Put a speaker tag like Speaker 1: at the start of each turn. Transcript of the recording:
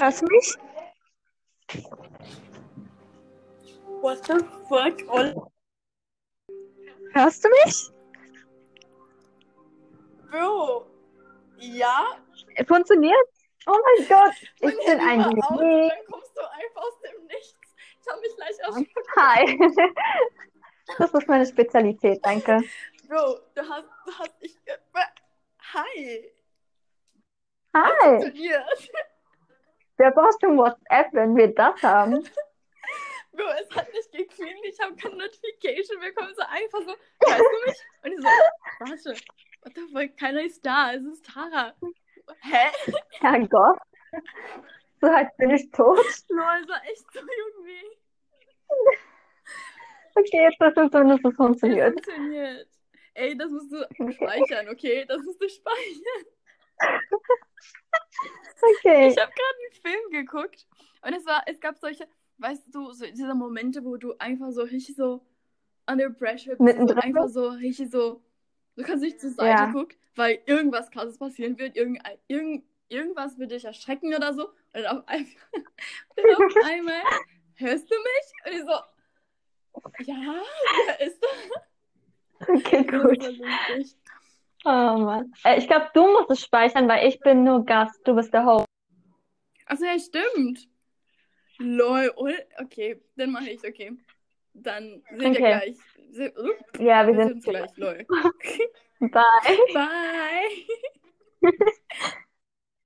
Speaker 1: Hörst du mich?
Speaker 2: What the fuck? All
Speaker 1: Hörst du mich?
Speaker 2: Bro. Ja.
Speaker 1: Funktioniert? Oh mein Gott, ich bin ein
Speaker 2: Auf,
Speaker 1: Genie.
Speaker 2: dann kommst du einfach aus dem Nichts. Ich habe mich gleich erschrocken.
Speaker 1: Hi. Das ist meine Spezialität, danke.
Speaker 2: Bro, du hast, du hast ich. äh, Hi.
Speaker 1: Hi.
Speaker 2: Zu dir.
Speaker 1: Wer braucht schon WhatsApp, wenn wir das haben?
Speaker 2: Bro, es hat nicht geklingelt. Ich habe keine Notification bekommen. So einfach so. Weißt du mich? Und ich so. Warte. What the fuck? Keiner ist da. Es ist Tara. Hä?
Speaker 1: Herrgott. So halt bin ich tot.
Speaker 2: Lol, so echt so irgendwie.
Speaker 1: Okay, jetzt ist es so, dass es
Speaker 2: Es
Speaker 1: funktioniert.
Speaker 2: funktioniert. Ey, das musst du speichern, okay? Das musst du speichern.
Speaker 1: Okay.
Speaker 2: Ich habe gerade einen Film geguckt und es war, es gab solche, weißt du, so diese Momente, wo du einfach so richtig so under pressure bist,
Speaker 1: Mittendrin
Speaker 2: so einfach so richtig so, du kannst nicht zur Seite
Speaker 1: Ja.
Speaker 2: gucken, weil irgendwas krasses passieren wird, irgendein, irgend, irgendwas wird dich erschrecken oder so und dann auf einmal, dann auf einmal hörst du mich und ich so, ja, wer ist das?
Speaker 1: Okay,
Speaker 2: Das
Speaker 1: gut.
Speaker 2: war lustig.
Speaker 1: Oh Mann. Äh, ich glaube, du musst es speichern, weil ich bin nur Gast. Du bist der Host.
Speaker 2: Achso, ja, stimmt. Lol, ul- okay, dann mache ich, okay. Dann sehen wir
Speaker 1: Okay.
Speaker 2: gleich. Se Upp,
Speaker 1: Ja, wir
Speaker 2: wir sehen
Speaker 1: sind
Speaker 2: uns gleich, lol.
Speaker 1: Bye.
Speaker 2: Bye.